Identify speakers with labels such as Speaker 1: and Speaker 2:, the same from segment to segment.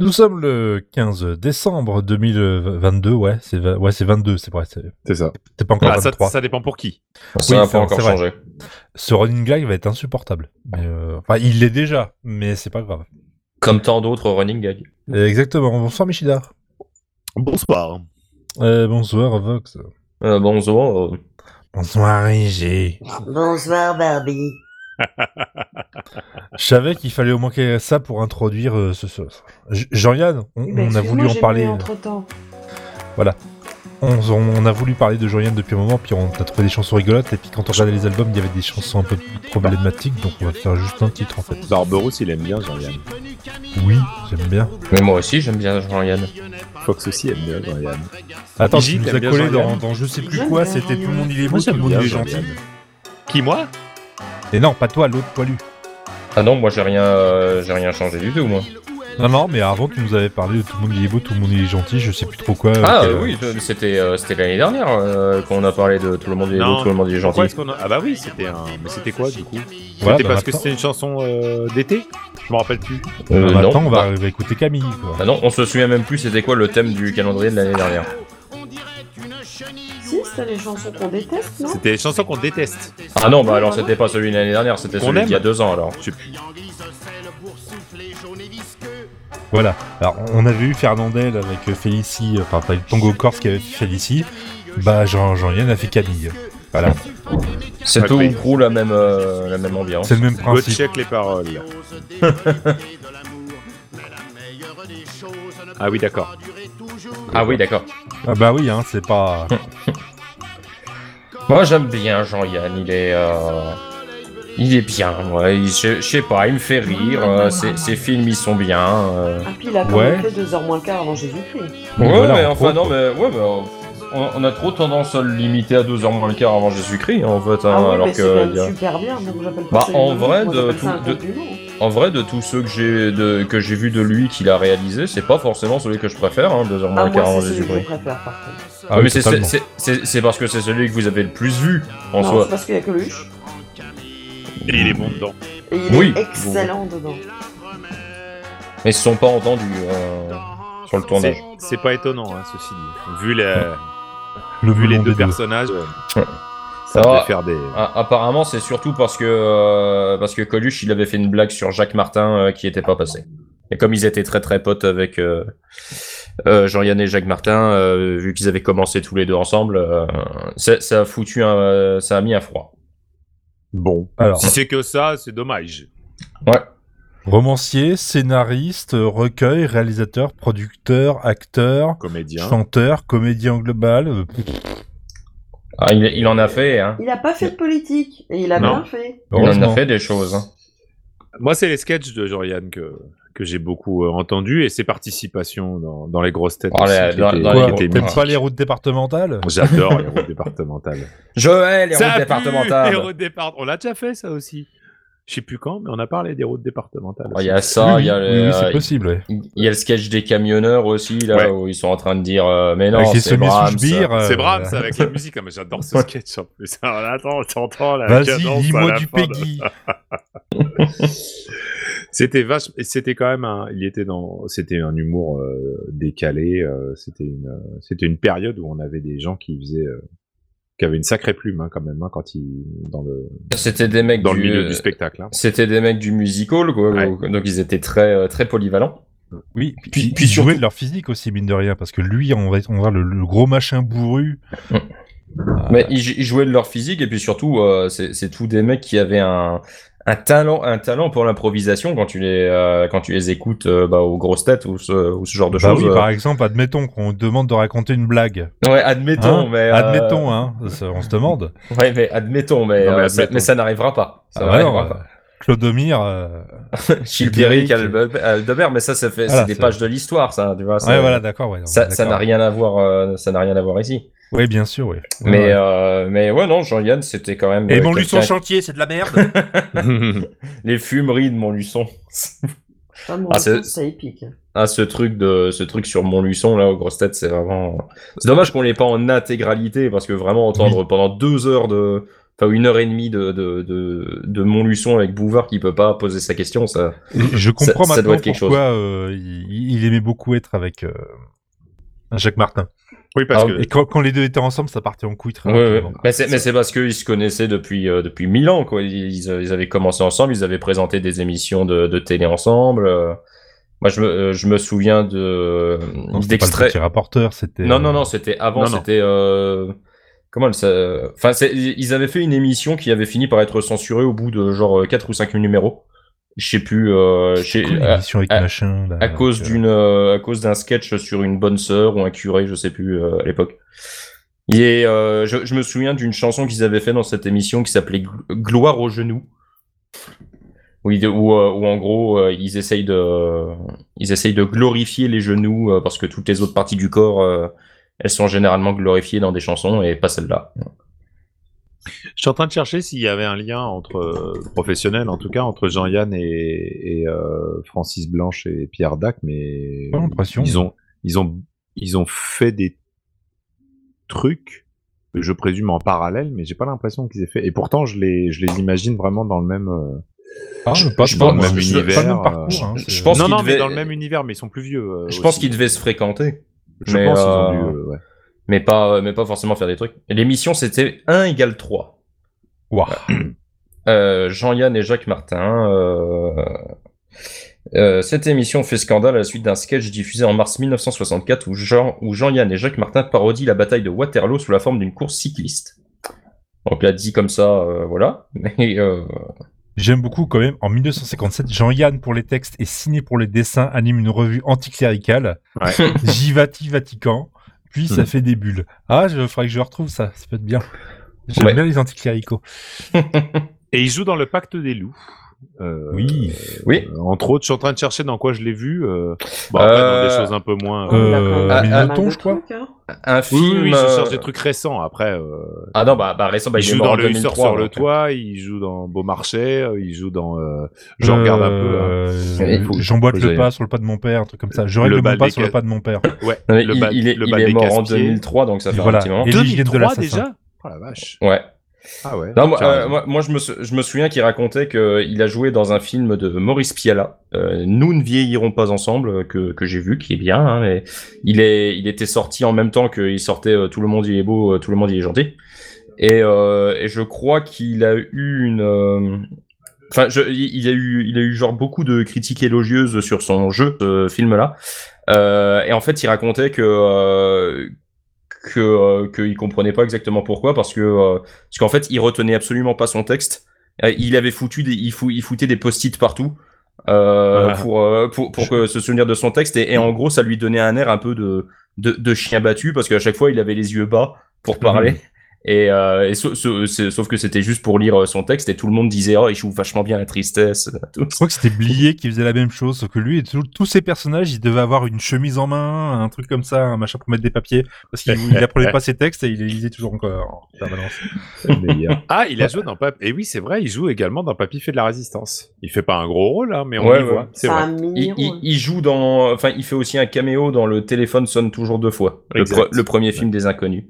Speaker 1: Nous sommes le 15 décembre 2022, ouais, c'est va- ouais, c'est 22, c'est vrai, c'est
Speaker 2: C'est ça.
Speaker 1: c'est pas encore
Speaker 3: Ah, ça,
Speaker 1: 23.
Speaker 3: ça dépend pour qui.
Speaker 1: Oui,
Speaker 2: Ça n'a
Speaker 1: c'est-
Speaker 2: pas encore
Speaker 1: c'est vrai.
Speaker 2: changé.
Speaker 1: Ce running gag va être insupportable. Mais, euh, Enfin, il l'est déjà, mais c'est pas grave.
Speaker 2: Comme tant d'autres running gags.
Speaker 1: Euh, Exactement, bonsoir Michida.
Speaker 3: Bonsoir.
Speaker 1: Euh, bonsoir Vox.
Speaker 2: Euh, bonjour. euh,
Speaker 1: Bonsoir IG.
Speaker 4: Bonsoir Barbie.
Speaker 1: Je savais qu'il fallait au moins que ça pour introduire euh, ce... ce- Je- Jean-Yann, on,
Speaker 5: Eh ben,
Speaker 1: on a
Speaker 5: excuse-moi,
Speaker 1: voulu en
Speaker 5: j'ai
Speaker 1: parler... euh,
Speaker 5: mis entre-temps.
Speaker 1: On, on a voulu parler de Jean-Yann depuis un moment, puis on a trouvé des chansons rigolotes, et puis quand on regardait les albums, il y avait des chansons un peu problématiques, donc on va faire juste un titre en fait.
Speaker 3: Barberousse, il aime bien Jean-Yann.
Speaker 1: Oui, j'aime bien.
Speaker 2: Mais moi aussi, j'aime bien Jean-Yann.
Speaker 3: Fox aussi aime bien Jean-Yann.
Speaker 1: Attends,
Speaker 3: Gilles,
Speaker 1: tu nous
Speaker 3: t'aimes
Speaker 1: as
Speaker 3: bien
Speaker 1: collé
Speaker 3: Jean-Yann
Speaker 1: dans, dans je sais plus
Speaker 5: J'aime
Speaker 1: quoi,
Speaker 5: bien
Speaker 1: c'était tout
Speaker 5: Jean-Yann.
Speaker 1: le monde il est beau, tout le monde il est gentil.
Speaker 3: Qui, moi
Speaker 1: Et non, pas toi, l'autre poilu.
Speaker 2: Ah non, moi j'ai rien, euh, j'ai rien changé du tout, moi.
Speaker 1: Non, non, mais avant tu nous avais parlé de tout le monde il est beau, tout le monde il est gentil, je sais plus trop quoi.
Speaker 2: ah
Speaker 1: quel-
Speaker 2: euh, oui, euh, c'était, euh, c'était l'année dernière euh, qu'on a parlé de tout le monde est
Speaker 3: Non.
Speaker 2: beau, tout le monde est gentil.
Speaker 3: Pourquoi est-ce qu'on a- Ah bah oui, c'était un. Mais c'était quoi du coup
Speaker 1: Voilà,
Speaker 3: C'était
Speaker 1: bah,
Speaker 3: parce que
Speaker 1: maintenant-
Speaker 3: c'était une chanson euh, d'été Je me rappelle plus.
Speaker 2: Euh,
Speaker 1: bah,
Speaker 2: non.
Speaker 1: maintenant, on va, on va écouter Camille. Quoi.
Speaker 2: Ah non, on se souvient même plus c'était quoi le thème du calendrier de l'année dernière.
Speaker 5: Si, c'était les chansons qu'on déteste, non
Speaker 3: C'était une chanson qu'on déteste.
Speaker 2: Ah non, bah alors c'était pas celui de l'année dernière, c'était
Speaker 3: Qu'on
Speaker 2: celui
Speaker 3: aime.
Speaker 2: d'il y a deux ans alors.
Speaker 3: Je sais plus.
Speaker 1: Voilà. Alors, on avait eu Fernandel avec euh, Félicie, enfin, pas le Tongo Corse qui avait fait Félicie. Bah, Jean- Jean-Yann a fait Camille. Voilà.
Speaker 2: C'est
Speaker 3: Ah,
Speaker 2: tout
Speaker 3: oui.
Speaker 2: ou prou la même, euh, la même ambiance.
Speaker 1: C'est le même
Speaker 3: Go
Speaker 1: principe.
Speaker 3: check les paroles. ah oui, d'accord.
Speaker 2: Ah oui, d'accord.
Speaker 1: Ah bah oui, hein, c'est pas.
Speaker 2: Moi j'aime bien Jean-Yann, il est. euh, Il est bien, ouais, il- je je sais pas, il me fait rire, euh, ses, ses films ils sont bien. euh.
Speaker 5: Ah, puis il a quand
Speaker 1: Ouais.
Speaker 5: même fait 2h moins quart avant Jésus-Christ.
Speaker 1: Oui,
Speaker 2: ouais,
Speaker 1: voilà,
Speaker 2: mais
Speaker 1: en
Speaker 2: enfin,
Speaker 1: gros,
Speaker 2: non, mais ouais, mais, euh, on, on a trop tendance à le limiter à 2h moins le quart avant Jésus-Christ, en fait. hein,
Speaker 5: ah oui,
Speaker 2: alors
Speaker 5: mais c'est
Speaker 2: que,
Speaker 5: quand même
Speaker 2: il y a-
Speaker 5: super bien, donc j'appelle pas
Speaker 2: Bah,
Speaker 5: ça une
Speaker 2: en
Speaker 5: logique,
Speaker 2: vrai,
Speaker 5: moi,
Speaker 2: de
Speaker 5: j'appelle ça un
Speaker 2: tout- de-
Speaker 5: compliment.
Speaker 2: en vrai, de tous ceux que j'ai de- que j'ai vu de lui qu'il a réalisé, c'est pas forcément celui que je préfère, 2h moins
Speaker 5: Ah,
Speaker 2: le quart avant
Speaker 5: moi, c'est celui que je
Speaker 2: Jésus-Christ.
Speaker 5: préfère, par contre.
Speaker 1: Ah
Speaker 2: Ouais,
Speaker 1: oui,
Speaker 2: mais c'est- c'est-
Speaker 1: totalement.
Speaker 2: c'est c'est- c'est parce que c'est celui que vous avez le plus vu, en
Speaker 5: non,
Speaker 2: soi.
Speaker 5: c'est parce qu'il y a que Luche.
Speaker 3: Et il est bon dedans.
Speaker 5: Et il
Speaker 2: Oui.
Speaker 5: est excellent dedans.
Speaker 2: Mais ils se sont pas entendus euh, sur le tournage.
Speaker 3: C'est- C'est pas étonnant, hein, ceci dit. Vu, la-
Speaker 1: le
Speaker 3: vu les
Speaker 1: boulon des
Speaker 3: deux
Speaker 1: deux.
Speaker 3: personnages, euh,
Speaker 2: Ça
Speaker 3: ça peut
Speaker 2: va.
Speaker 3: faire des.
Speaker 2: Ah, apparemment, c'est surtout parce que euh, parce que Coluche, il avait fait une blague sur Jacques Martin euh, qui était pas passée. Et comme ils étaient très très potes avec euh, euh, Jean-Yann et Jacques Martin, euh, vu qu'ils avaient commencé tous les deux ensemble, euh, ça, ça a foutu un, euh, ça a mis un froid.
Speaker 3: Bon.
Speaker 1: Alors,
Speaker 3: Si c'est que ça, c'est dommage.
Speaker 2: Ouais.
Speaker 1: romancier, scénariste, euh, recueil, réalisateur, producteur, acteur,
Speaker 3: Comédien.
Speaker 1: chanteur, comédien global. euh,
Speaker 2: Ah, il, il en a fait, hein.
Speaker 5: Il a pas fait de politique, et il a
Speaker 3: Non.
Speaker 5: bien fait.
Speaker 2: Il en a
Speaker 1: Heureusement.
Speaker 2: fait des choses. hein.
Speaker 3: Moi, c'est les sketchs de Jean-Yann que, que j'ai beaucoup euh, entendu et ses participations dans, dans les grosses têtes.
Speaker 2: Oh,
Speaker 3: aussi,
Speaker 2: les-
Speaker 3: qui
Speaker 2: dans-
Speaker 3: étaient-
Speaker 2: dans
Speaker 1: Quoi,
Speaker 2: les-
Speaker 3: qui étaient
Speaker 1: T'aimes
Speaker 2: mis.
Speaker 1: pas les routes départementales
Speaker 3: mythiques. J'adore les routes départementales.
Speaker 2: Joël, les
Speaker 3: Ça
Speaker 2: routes
Speaker 3: pue,
Speaker 2: départementales.
Speaker 3: les routes départ- On l'a déjà fait, ça aussi. Je sais plus quand, mais on a parlé des routes départementales.
Speaker 2: Oh, Il y a ça,
Speaker 1: Oui,
Speaker 2: il y a
Speaker 1: oui,
Speaker 2: les,
Speaker 1: oui,
Speaker 2: euh,
Speaker 1: c'est possible. ouais.
Speaker 2: il y a le sketch des camionneurs aussi là
Speaker 3: Ouais.
Speaker 2: où ils sont en train de dire euh, mais non
Speaker 1: Avec les
Speaker 2: c'est
Speaker 1: semis
Speaker 2: Brahms.
Speaker 1: sous euh, bière.
Speaker 3: C'est Brahms avec la musique. Ah, mais j'adore ce sketch en plus. Alors, attends, t'entends la cadence à
Speaker 1: Vas-y,
Speaker 3: la
Speaker 1: dis-moi du
Speaker 3: fin de-
Speaker 1: Peggy.
Speaker 3: C'était vache. et C'était quand même un. Il était dans. C'était un humour euh, décalé. euh, c'était une. euh, C'était une période où on avait des gens qui faisaient. euh, qui avaient une sacrée plume hein, quand même hein, quand ils dans le
Speaker 2: C'était des mecs
Speaker 3: dans
Speaker 2: du, euh,
Speaker 3: le milieu du spectacle. hein.
Speaker 2: c'était des mecs du musical quoi
Speaker 3: Ouais.
Speaker 2: où- donc ils étaient très euh, très polyvalents.
Speaker 1: Oui,
Speaker 2: Puis-
Speaker 1: puis,
Speaker 2: puis
Speaker 1: ils jouaient
Speaker 2: surtout-
Speaker 1: de leur physique aussi, mine de rien, parce que lui, on va, on va le, le gros machin bourru. Ah,
Speaker 2: Mais ils, ils jouaient de leur physique et puis surtout euh, c'est c'est tous des mecs qui avaient un un talent un talent pour l'improvisation quand tu les euh, quand tu les écoutes euh, bah, aux grosses têtes ou ce ou ce genre de
Speaker 1: Bah
Speaker 2: choses.
Speaker 1: oui,
Speaker 2: euh.
Speaker 1: par exemple, admettons qu'on te demande de raconter une blague.
Speaker 2: Ouais, admettons
Speaker 1: Hein
Speaker 2: mais euh,
Speaker 1: Admettons, hein, ça, on se demande.
Speaker 2: Ouais, mais admettons mais,
Speaker 3: Non, mais
Speaker 2: euh, ça-
Speaker 3: admettons.
Speaker 2: mais ça n'arrivera pas. Ça
Speaker 1: Ah,
Speaker 2: n'arrivera
Speaker 1: alors,
Speaker 2: pas.
Speaker 1: Clodomir, euh,
Speaker 2: Chilpéric,
Speaker 1: Chilpéric,
Speaker 2: Albe- Aldebert, mais ça, ça fait,
Speaker 1: euh. Voilà,
Speaker 2: c'est des
Speaker 1: c'est-
Speaker 2: pages de l'histoire, ça, tu vois. ça-
Speaker 1: ouais, voilà, d'accord, ouais. non,
Speaker 2: Ça, ça
Speaker 1: d'accord.
Speaker 2: n'a rien à voir, euh, ça n'a rien à voir ici.
Speaker 1: Oui, bien sûr, oui.
Speaker 2: mais,
Speaker 1: Ouais.
Speaker 2: euh, mais ouais, non, Jean-Yann, c'était quand même. euh, quelqu'un-
Speaker 1: chantier, c'est de la merde.
Speaker 2: Les fumeries de Montluçon.
Speaker 5: Ah, mon
Speaker 2: Ah, c'est-
Speaker 5: Dieu, c'est épique.
Speaker 2: ah, ce truc de, ce truc sur Montluçon, là, aux grosses têtes, c'est vraiment. C'est dommage qu'on l'ait pas en intégralité, parce que vraiment entendre pendant deux heures de, enfin, une heure et demie de, de, de, de Montluçon avec Bouvard qui peut pas poser sa question, ça.
Speaker 1: je comprends
Speaker 2: ça
Speaker 1: maintenant
Speaker 2: doit être quelque
Speaker 1: pourquoi euh, il, il il aimait beaucoup être avec euh, Jacques Martin.
Speaker 3: Oui, parce
Speaker 2: Ah,
Speaker 3: que
Speaker 1: Et quand, quand les deux étaient ensemble, ça partait en hein, couille très
Speaker 2: Ouais, ouais. Bah,
Speaker 1: rapidement.
Speaker 2: Mais c'est mais c'est parce qu'ils se connaissaient depuis euh, depuis mille ans quoi. Ils, ils, euh, ils avaient commencé ensemble, ils avaient présenté des émissions de, de télé ensemble. euh. Moi je me euh, je me souviens de
Speaker 1: Non, c'était pas le
Speaker 2: d'extraits.
Speaker 1: petit rapporteur, c'était. euh,
Speaker 2: Non non non, c'était avant,
Speaker 3: euh, Non, non.
Speaker 2: c'était euh, comment elle s'a- Enfin c'est- ils avaient fait une émission qui avait fini par être censurée au bout de genre euh, quatre ou cinq numéros. Je sais plus. Euh, je sais-
Speaker 1: C'était quoi
Speaker 2: à,
Speaker 1: l'émission avec
Speaker 2: à-
Speaker 1: machin là,
Speaker 2: à cause
Speaker 1: avec, euh,
Speaker 2: d'une euh, à cause d'un sketch sur une bonne sœur ou un curé, je sais plus euh, à l'époque. Et euh, je, je me souviens d'une chanson qu'ils avaient fait dans cette émission qui s'appelait Glo- Gloire aux genoux. Où, ils- où, euh, où en gros euh, ils essayent de ils essayent de glorifier les genoux euh, parce que toutes les autres parties du corps euh, elles sont généralement glorifiées dans des chansons et pas celle-là.
Speaker 3: je suis en train de chercher s'il y avait un lien entre euh, professionnel, en tout cas, entre Jean-Yann et, et, euh, Francis Blanche et Pierre Dac, mais
Speaker 1: Pas l'impression.
Speaker 3: ils ont ils ont ils ont fait des trucs, je présume en parallèle, mais j'ai pas l'impression qu'ils aient fait. Et pourtant, je les je les imagine vraiment dans le même euh,
Speaker 1: Ah,
Speaker 2: je-
Speaker 1: pas
Speaker 2: je
Speaker 1: dans le
Speaker 2: pense-
Speaker 1: même
Speaker 2: je-
Speaker 1: univers, pas le
Speaker 3: euh,
Speaker 1: même parcours. hein,
Speaker 2: je-
Speaker 1: c'est-
Speaker 2: je pense-
Speaker 3: non,
Speaker 2: qu'ils
Speaker 3: non, mais
Speaker 2: devaient-
Speaker 3: dans le même univers, mais ils sont plus vieux. euh,
Speaker 2: Je pense
Speaker 3: aussi.
Speaker 2: qu'ils devaient se fréquenter.
Speaker 3: Je
Speaker 2: mais,
Speaker 3: pense qu'ils ont dû.
Speaker 2: euh,
Speaker 3: euh, ouais.
Speaker 2: mais pas mais pas forcément faire des trucs. L'émission c'était 1 égale 3.
Speaker 1: Ouah.
Speaker 2: Euh, Jean-Yann et Jacques Martin. euh, euh, cette émission fait scandale à la suite d'un sketch diffusé en mars 1964 où, Jean, où Jean-Yann et Jacques Martin parodient la bataille de Waterloo sous la forme d'une course cycliste. Donc là, dit comme ça, euh, voilà. Mais euh,
Speaker 1: J'aime beaucoup quand même. En 1957, Jean-Yann pour les textes et Ciné pour les dessins anime une revue anticléricale.
Speaker 3: Ouais.
Speaker 1: Jivati Vatican. Puis ça
Speaker 3: Hmm.
Speaker 1: fait des bulles. Ah, je faudrait que je retrouve ça. Ça peut être bien. J'aime
Speaker 2: Ouais.
Speaker 1: bien les anticléricaux.
Speaker 3: Et ils jouent dans le Pacte des loups. Euh,
Speaker 1: Oui.
Speaker 2: oui.
Speaker 3: euh, entre autres, je suis en train de chercher dans quoi je l'ai vu. euh, bon, après,
Speaker 2: Euh,
Speaker 3: dans des choses un peu moins.
Speaker 5: Oh, il a quand
Speaker 1: Euh,
Speaker 5: même pas
Speaker 2: mais
Speaker 5: mal
Speaker 1: Nathan,
Speaker 5: de
Speaker 1: je crois.
Speaker 5: trucs, hein.
Speaker 2: Un
Speaker 3: Oui,
Speaker 2: film.
Speaker 3: oui, oui, je cherche
Speaker 2: euh,
Speaker 3: des trucs récents. Après, euh,
Speaker 2: Ah non, bah, bah récent, bah,
Speaker 3: il
Speaker 2: il, est
Speaker 3: joue
Speaker 2: mort
Speaker 3: dans
Speaker 2: en
Speaker 3: le Hussard
Speaker 2: 2003.
Speaker 3: sur le
Speaker 2: donc.
Speaker 3: toit, il joue dans Beaumarchais, euh, il joue dans. euh, je regarde un peu. hein.
Speaker 1: euh,
Speaker 3: Oui, faut-
Speaker 1: J'emboîte
Speaker 3: faut
Speaker 1: le
Speaker 3: y
Speaker 1: pas sur le pas de mon père, un truc comme ça. Je règle
Speaker 3: Le bal
Speaker 1: mon pas
Speaker 3: des
Speaker 1: sur le
Speaker 3: ca-
Speaker 1: pas de mon père.
Speaker 3: Ouais.
Speaker 2: Non, mais
Speaker 3: le
Speaker 2: euh, il,
Speaker 3: bal-
Speaker 2: il est,
Speaker 3: le
Speaker 2: il
Speaker 3: bal
Speaker 2: est
Speaker 3: des
Speaker 2: mort en
Speaker 3: casse-pieds.
Speaker 2: 2003, donc ça fait
Speaker 1: Voilà.
Speaker 2: un petit moment.
Speaker 1: Et les Gilets de
Speaker 3: 2003
Speaker 1: l'Assassin.
Speaker 3: déjà. Oh la vache.
Speaker 2: Ouais.
Speaker 3: Ah ouais.
Speaker 2: Non, moi,
Speaker 3: Tiens,
Speaker 2: euh, moi, moi, je, me, sou- je me souviens qu'il racontait qu'il a joué dans un film de Maurice Piala, euh, Nous ne vieillirons pas ensemble, euh, que, que j'ai vu, qui est bien. hein, mais il, est, il était sorti en même temps qu'il sortait euh, Tout le monde il est beau, euh, Tout le monde il est gentil. Et, euh, et je crois qu'il a eu une... euh, Enfin, je- il il a eu, il a eu genre beaucoup de critiques élogieuses sur son jeu, ce film-là. Euh, et en fait, il racontait que euh, que euh, qu'il comprenait pas exactement pourquoi, parce que euh, parce qu'en fait, il retenait absolument pas son texte. Euh, Il avait foutu des, il, fou- il foutait des post-it partout euh,
Speaker 3: Ah.
Speaker 2: pour, euh, pour pour que se souvenir de son texte. Et, et en gros, ça lui donnait un air un peu de de, de chien battu, parce qu'à chaque fois, il avait les yeux bas pour parler. Et, euh, et sau- sau- c'est- sauf que c'était juste pour lire euh, son texte et tout le monde disait oh il joue vachement bien la tristesse euh, tout
Speaker 1: Je
Speaker 2: ça.
Speaker 1: crois que c'était Blier qui faisait la même chose, sauf que lui et tout- tous ses personnages, ils devaient avoir une chemise en main, un truc comme ça, un machin pour mettre des papiers, parce qu'il il apprenait pas ses textes et il les lisait toujours encore en permanence.
Speaker 3: le meilleur. ah, il a joué dans Papy. Et oui, c'est vrai, il joue également dans Papy fait de la résistance. Il fait pas un gros rôle, hein, mais on
Speaker 2: Ouais,
Speaker 3: y
Speaker 2: ouais.
Speaker 3: voit. C'est
Speaker 5: C'est
Speaker 3: vrai.
Speaker 5: un mini
Speaker 2: il, il- il joue dans enfin il fait aussi un caméo dans le téléphone sonne toujours deux fois le,
Speaker 3: Exact.
Speaker 2: pre- le premier film des inconnus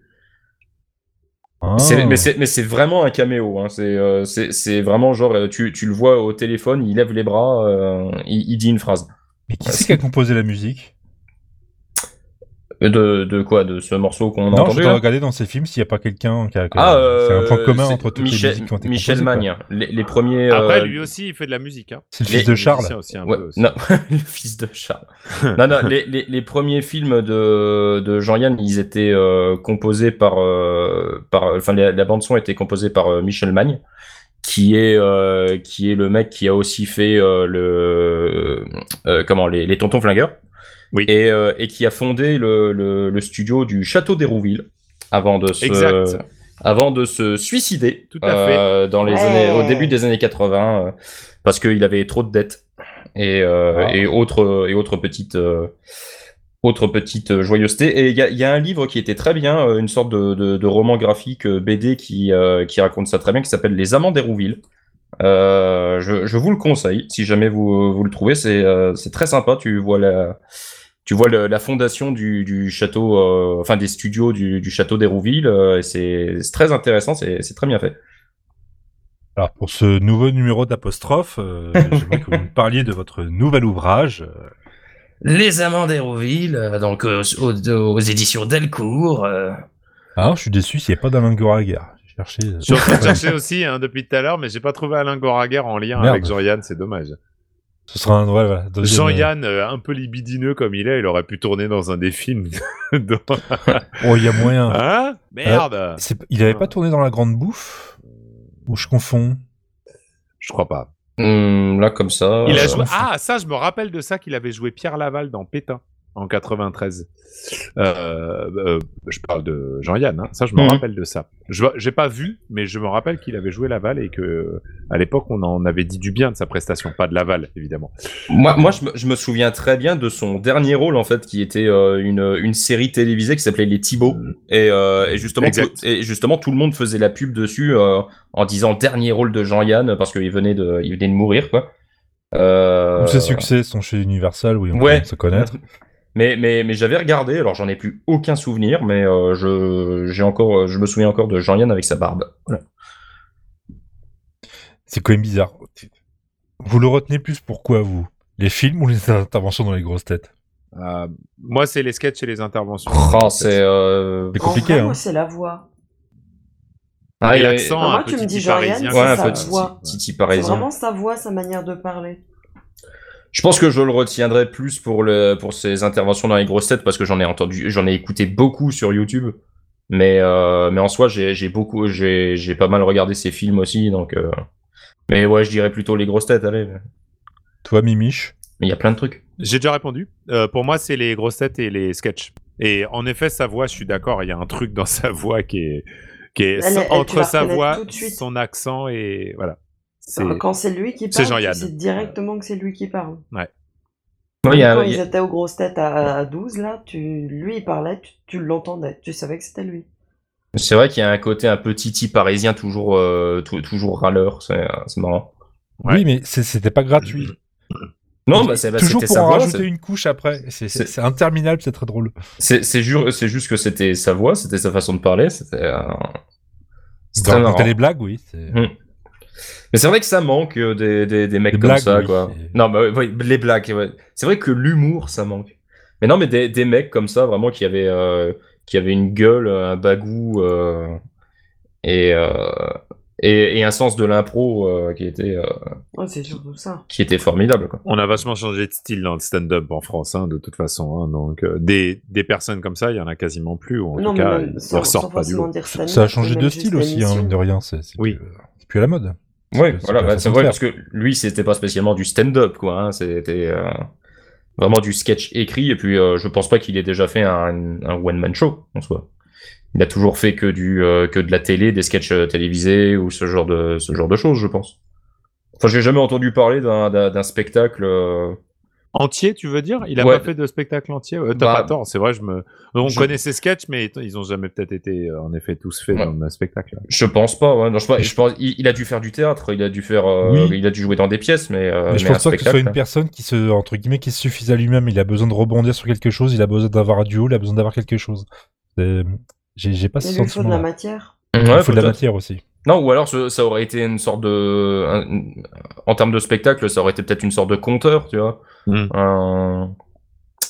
Speaker 1: Ah.
Speaker 2: C'est- mais c'est mais c'est vraiment un caméo hein. c'est euh, c'est c'est vraiment genre euh, tu tu le vois au téléphone il lève les bras euh, il, il dit une phrase
Speaker 1: Mais qui c'est qui a composé la musique
Speaker 2: Euh, de de quoi de ce morceau qu'on a
Speaker 1: Non, je
Speaker 2: entendu
Speaker 1: dois
Speaker 2: là
Speaker 1: regarder dans ces films s'il n'y a pas quelqu'un qui a. qui a-
Speaker 2: ah
Speaker 1: c'est
Speaker 2: euh,
Speaker 1: un point commun
Speaker 2: c'est
Speaker 1: entre toutes
Speaker 2: Michel,
Speaker 1: les musiques qui ont été
Speaker 2: Michel
Speaker 1: composées, quoi.
Speaker 2: Magne les, les premiers
Speaker 3: Après,
Speaker 2: euh,
Speaker 3: lui aussi, il fait de la musique. Hein.
Speaker 1: C'est le
Speaker 2: Les-
Speaker 1: fils de Charles.
Speaker 3: Musicien aussi, un
Speaker 2: Ouais,
Speaker 3: peu aussi.
Speaker 2: non, le fils de Charles. non, non, les, les, les premiers films de, de Jean-Yann, ils étaient euh, composés par, euh, par, enfin, la, la bande son était composée par euh, Michel Magne, qui est, euh, qui est le mec qui a aussi fait euh, le, euh, comment, les, les Tontons Flingueurs,
Speaker 3: Oui.
Speaker 2: et, euh, et qui a fondé le, le, le studio du Château d'Hérouville avant de se,
Speaker 3: Exact.
Speaker 2: avant de se suicider
Speaker 3: Tout à fait.
Speaker 2: euh, dans les
Speaker 5: Ouais.
Speaker 2: années, au début des années 80 euh, parce qu'il avait trop de dettes et, euh,
Speaker 3: Ah.
Speaker 2: et autres et autres petites euh, autres petites euh, joyeusetés et il y a, il y a un livre qui était très bien euh, une sorte de, de, de roman graphique euh, BD qui euh, qui raconte ça très bien qui s'appelle les amants d'Hérouville euh, je, je vous le conseille si jamais vous, vous le trouvez c'est euh, c'est très sympa tu vois la tu vois le- la fondation du, du château euh, enfin des studios du, du château d'Hérouville euh, et c'est c'est très intéressant c'est c'est très bien fait
Speaker 1: Alors pour ce nouveau numéro d'apostrophe, euh, j'aimerais que vous me parliez de votre nouvel ouvrage, euh,
Speaker 2: Les Amants d'Hérouville, euh, donc aux, aux- aux éditions Delcourt. euh.
Speaker 1: Ah, je suis déçu, il n'y a pas d'Alain Goraguer. J'ai cherché. euh,
Speaker 3: Je suis en train de chercher aussi hein, depuis tout à l'heure, mais j'ai pas trouvé Alain Goraguer en lien
Speaker 1: Merde.
Speaker 3: avec Jean-Yann, c'est dommage. hein.
Speaker 1: Ce sera un. Ouais, voilà,
Speaker 2: Bah,
Speaker 1: deuxième,
Speaker 3: Jean-Yann, euh, un peu libidineux comme il est, il aurait pu tourner dans un des films. dans-
Speaker 1: euh, Oh, il y a
Speaker 2: Ah.
Speaker 1: moyen.
Speaker 3: Hein Merde
Speaker 1: C'est- Il avait pas tourné dans La Grande Bouffe Ou je confonds
Speaker 3: Je crois pas.
Speaker 2: Hmm, là, comme ça.
Speaker 3: Il a
Speaker 2: euh,
Speaker 3: joué... Ah, ça, je me rappelle de ça qu'il avait joué Pierre Laval dans Pétain en 93. Euh, euh, je parle de Jean-Yann, hein. ça, je me
Speaker 2: Mhm.
Speaker 3: rappelle de ça. Je j'ai pas vu, mais je me rappelle qu'il avait joué Laval et que à l'époque, on en avait dit du bien de sa prestation, pas de Laval, évidemment.
Speaker 2: Moi, moi je, me, je me souviens très bien de son dernier rôle, en fait, qui était euh, une, une série télévisée qui s'appelait Les Thibauts. Et, euh, et justement, tout,
Speaker 3: Exact.
Speaker 2: et justement, tout le monde faisait la pub dessus euh, en disant dernier rôle de Jean-Yann parce qu'il venait de, il venait de mourir, quoi. Euh,
Speaker 1: Tous ses succès sont chez Universal, oui, on
Speaker 2: Ouais.
Speaker 1: peut se connaître.
Speaker 2: Mais, mais, mais j'avais regardé, alors j'en ai plus aucun souvenir, mais euh, je, j'ai encore, euh, je me souviens encore de Jean-Yann avec sa barbe. Voilà.
Speaker 1: C'est quand même bizarre. Vous le retenez plus pourquoi, vous Les films ou les interventions dans les grosses têtes
Speaker 3: Euh, moi, c'est les sketchs et les interventions.
Speaker 2: Oh, c'est. euh,
Speaker 1: C'est compliqué,
Speaker 5: en vrai,
Speaker 1: hein.
Speaker 5: moi, c'est la voix.
Speaker 2: ah,
Speaker 3: Et
Speaker 2: il avait-
Speaker 3: l'accent,
Speaker 5: Ah, Moi,
Speaker 3: un
Speaker 5: tu me
Speaker 3: petit
Speaker 5: dis Jean-Yann,
Speaker 3: parisien.
Speaker 5: c'est
Speaker 2: euh, Ouais, un
Speaker 5: sa
Speaker 2: petit
Speaker 5: voix.
Speaker 2: Titi
Speaker 5: C'est
Speaker 2: parisien.
Speaker 5: vraiment sa voix, sa manière de parler.
Speaker 2: Je pense que je le retiendrai plus pour le pour ses interventions dans les grosses têtes parce que j'en ai entendu, j'en ai écouté beaucoup sur YouTube. Mais euh, mais en soi, j'ai j'ai beaucoup, j'ai j'ai pas mal regardé ses films aussi, donc. euh, Mais ouais, je dirais plutôt les grosses têtes. Allez,
Speaker 1: Toi, Mimiche
Speaker 2: mais il y a plein de trucs.
Speaker 3: J'ai déjà répondu. Euh, pour moi, c'est les grosses têtes et les sketchs. Et en effet, sa voix, je suis d'accord, il y a un truc dans sa voix qui est, qui est
Speaker 5: Elle est- elle- tu
Speaker 3: entre
Speaker 5: la
Speaker 3: sa
Speaker 5: reconnais
Speaker 3: voix,
Speaker 5: tout de suite.
Speaker 3: son accent et voilà. C'est-
Speaker 5: Quand c'est lui qui
Speaker 3: c'est
Speaker 5: parle,
Speaker 3: Jean-Yann.
Speaker 5: tu sais directement que c'est lui qui parle.
Speaker 2: Ouais, il y a-
Speaker 5: Quand
Speaker 2: il y
Speaker 5: ils
Speaker 2: a-
Speaker 5: étaient aux grosses têtes à, à 12, là, tu, lui, il parlait, tu, tu l'entendais, tu savais que c'était lui.
Speaker 2: c'est vrai qu'il y a un côté un peu Titi parisien toujours euh, tou- toujours râleur, c'est euh, c'est marrant.
Speaker 3: Ouais.
Speaker 1: Oui, mais c'est- c'était pas gratuit.
Speaker 2: Non, bah c'est bah,
Speaker 1: Toujours
Speaker 2: c'était
Speaker 1: pour
Speaker 2: sa
Speaker 1: en
Speaker 2: voix,
Speaker 1: rajouter
Speaker 2: c'est-
Speaker 1: une couche après. C'est- C'est
Speaker 2: C'est-
Speaker 1: c'est interminable, c'est très drôle.
Speaker 2: C'est c'est ju- c'est juste que c'était sa voix, c'était sa façon de parler, c'était. euh, c'est
Speaker 1: Quand
Speaker 2: très
Speaker 1: t'as
Speaker 2: marrant.
Speaker 1: les blagues, oui. c'est-
Speaker 2: Mais c'est vrai que ça manque euh, des, des, des mecs
Speaker 1: Des
Speaker 2: comme
Speaker 1: blagues,
Speaker 2: ça,
Speaker 1: oui,
Speaker 2: quoi.
Speaker 1: c'est-
Speaker 2: Non, bah ouais, ouais, les blagues, ouais. C'est vrai que l'humour, ça manque. Mais non, mais des, des mecs comme ça, vraiment, qui avaient, euh, qui avaient une gueule, un bagou euh, et, euh, et, et un sens de l'impro euh, qui, était, euh,
Speaker 5: Ouais, c'est surtout ça.
Speaker 2: qui était formidable, quoi.
Speaker 3: On a vachement changé de style dans le stand-up en France, hein, de toute façon. hein. donc, euh, des, des personnes comme ça, il y en a quasiment plus. Ou en
Speaker 5: non,
Speaker 3: tout cas,
Speaker 5: mais même
Speaker 3: ils
Speaker 5: sans,
Speaker 3: ressortent
Speaker 5: sans
Speaker 3: pas du
Speaker 5: forcément
Speaker 3: lot.
Speaker 5: dire
Speaker 1: Ça,
Speaker 5: stand-up,
Speaker 1: a changé
Speaker 5: c'est
Speaker 1: de
Speaker 5: même
Speaker 1: style
Speaker 5: juste
Speaker 1: aussi, hein,
Speaker 5: l'émission.
Speaker 1: mine de rien. c'est- c'est
Speaker 3: Oui.
Speaker 1: plus- C'est plus à la mode.
Speaker 2: Oui,
Speaker 1: C'est- c'est
Speaker 2: voilà,
Speaker 1: la
Speaker 2: bah,
Speaker 1: façon
Speaker 2: c'est
Speaker 1: de
Speaker 2: vrai,
Speaker 1: faire.
Speaker 2: parce que lui, c'était pas spécialement du stand-up, quoi. hein, c'était euh, vraiment du sketch écrit, et puis euh, je pense pas qu'il ait déjà fait un, un one-man show, en soi. Il a toujours fait que, du, euh, que de la télé, des sketchs euh, télévisés ou ce genre de, ce genre de choses, je pense. Enfin, j'ai jamais entendu parler d'un- d'un d'un spectacle. euh,
Speaker 3: Entier, tu veux dire Il a
Speaker 2: Ouais.
Speaker 3: pas fait de spectacle entier Ouais, T'as
Speaker 2: Bah,
Speaker 3: pas tort, c'est vrai. Je me... On
Speaker 2: je-
Speaker 3: connaît ses sketchs, mais ils ont jamais peut-être été, euh, en effet, tous faits
Speaker 2: Ouais.
Speaker 3: dans un spectacle.
Speaker 2: Je pense pas, ouais. Non, je, pense- je pense, il, il a dû faire du théâtre, il a dû faire, euh,
Speaker 1: Oui.
Speaker 2: il a dû jouer dans des pièces, mais, euh,
Speaker 1: Mais je
Speaker 2: mais
Speaker 1: pense
Speaker 2: un
Speaker 1: pas que ce soit
Speaker 2: spectacle,
Speaker 1: une personne qui se, entre guillemets, qui se suffise à lui-même. Il a besoin de rebondir sur quelque chose, il a besoin d'avoir un duo, il a besoin d'avoir quelque chose. Euh, J'ai j'ai pas ce
Speaker 5: Il lui faut de la
Speaker 1: sentiment.
Speaker 5: matière.
Speaker 2: Ouais,
Speaker 1: Il faut de la
Speaker 2: peut-être.
Speaker 1: matière aussi.
Speaker 2: Non, ou alors ce- ça aurait été une sorte de. un- en termes de spectacle, ça aurait été peut-être une sorte de conteur, tu vois.
Speaker 3: Mm.
Speaker 2: Un,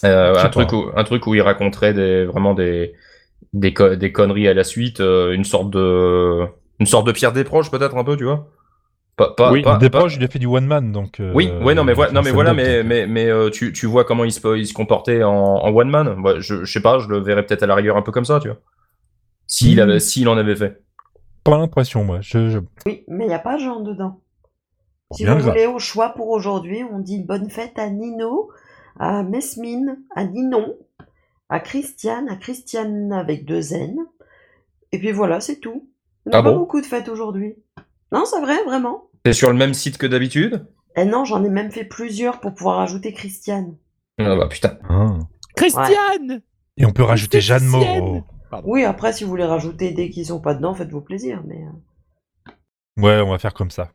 Speaker 2: euh,
Speaker 1: Je sais
Speaker 2: un, truc où, un truc où il raconterait des, vraiment des, des, co- des conneries à la suite, euh, une sorte de. Une sorte de Pierre Desproges, peut-être un peu, tu vois. Pas, pas,
Speaker 3: Oui,
Speaker 2: pas-
Speaker 1: Des
Speaker 2: pas-
Speaker 1: proches, il a fait du one man, donc. euh,
Speaker 2: Bah, oui, ouais, non, mais, voilà- non, mais
Speaker 1: ça
Speaker 2: voilà,
Speaker 1: donne,
Speaker 2: mais,
Speaker 1: donc.
Speaker 2: mais, mais euh, tu, tu vois comment il se, il se comportait en, en one man. Ouais, je, je sais pas, je le verrais peut-être à la rigueur un peu comme ça, tu vois. S'il
Speaker 1: Mm.
Speaker 2: avait, s'il en avait fait.
Speaker 1: Pas l'impression, moi. Je, je-
Speaker 5: Oui, mais il n'y a pas Jean dedans. Si
Speaker 1: Bien
Speaker 5: vous
Speaker 1: grave.
Speaker 5: voulez au choix pour aujourd'hui, on dit bonne fête à Nino, à Mesmine, à Ninon, à Christiane, à Christiane avec deux N. Et puis voilà, c'est tout. On n'a
Speaker 2: Ah
Speaker 5: pas
Speaker 2: bon
Speaker 5: beaucoup de fêtes aujourd'hui. Non, c'est vrai, vraiment.
Speaker 2: T'es sur le même site que d'habitude
Speaker 5: Et Eh non, j'en ai même fait plusieurs pour pouvoir ajouter Christiane.
Speaker 2: Ah bah putain.
Speaker 1: hein.
Speaker 5: Christiane
Speaker 1: Et on peut rajouter Jeanne Moreau.
Speaker 5: Oui, après, si vous voulez rajouter des qui sont pas dedans, faites-vous plaisir. Mais... euh,
Speaker 1: Ouais, on va faire comme ça.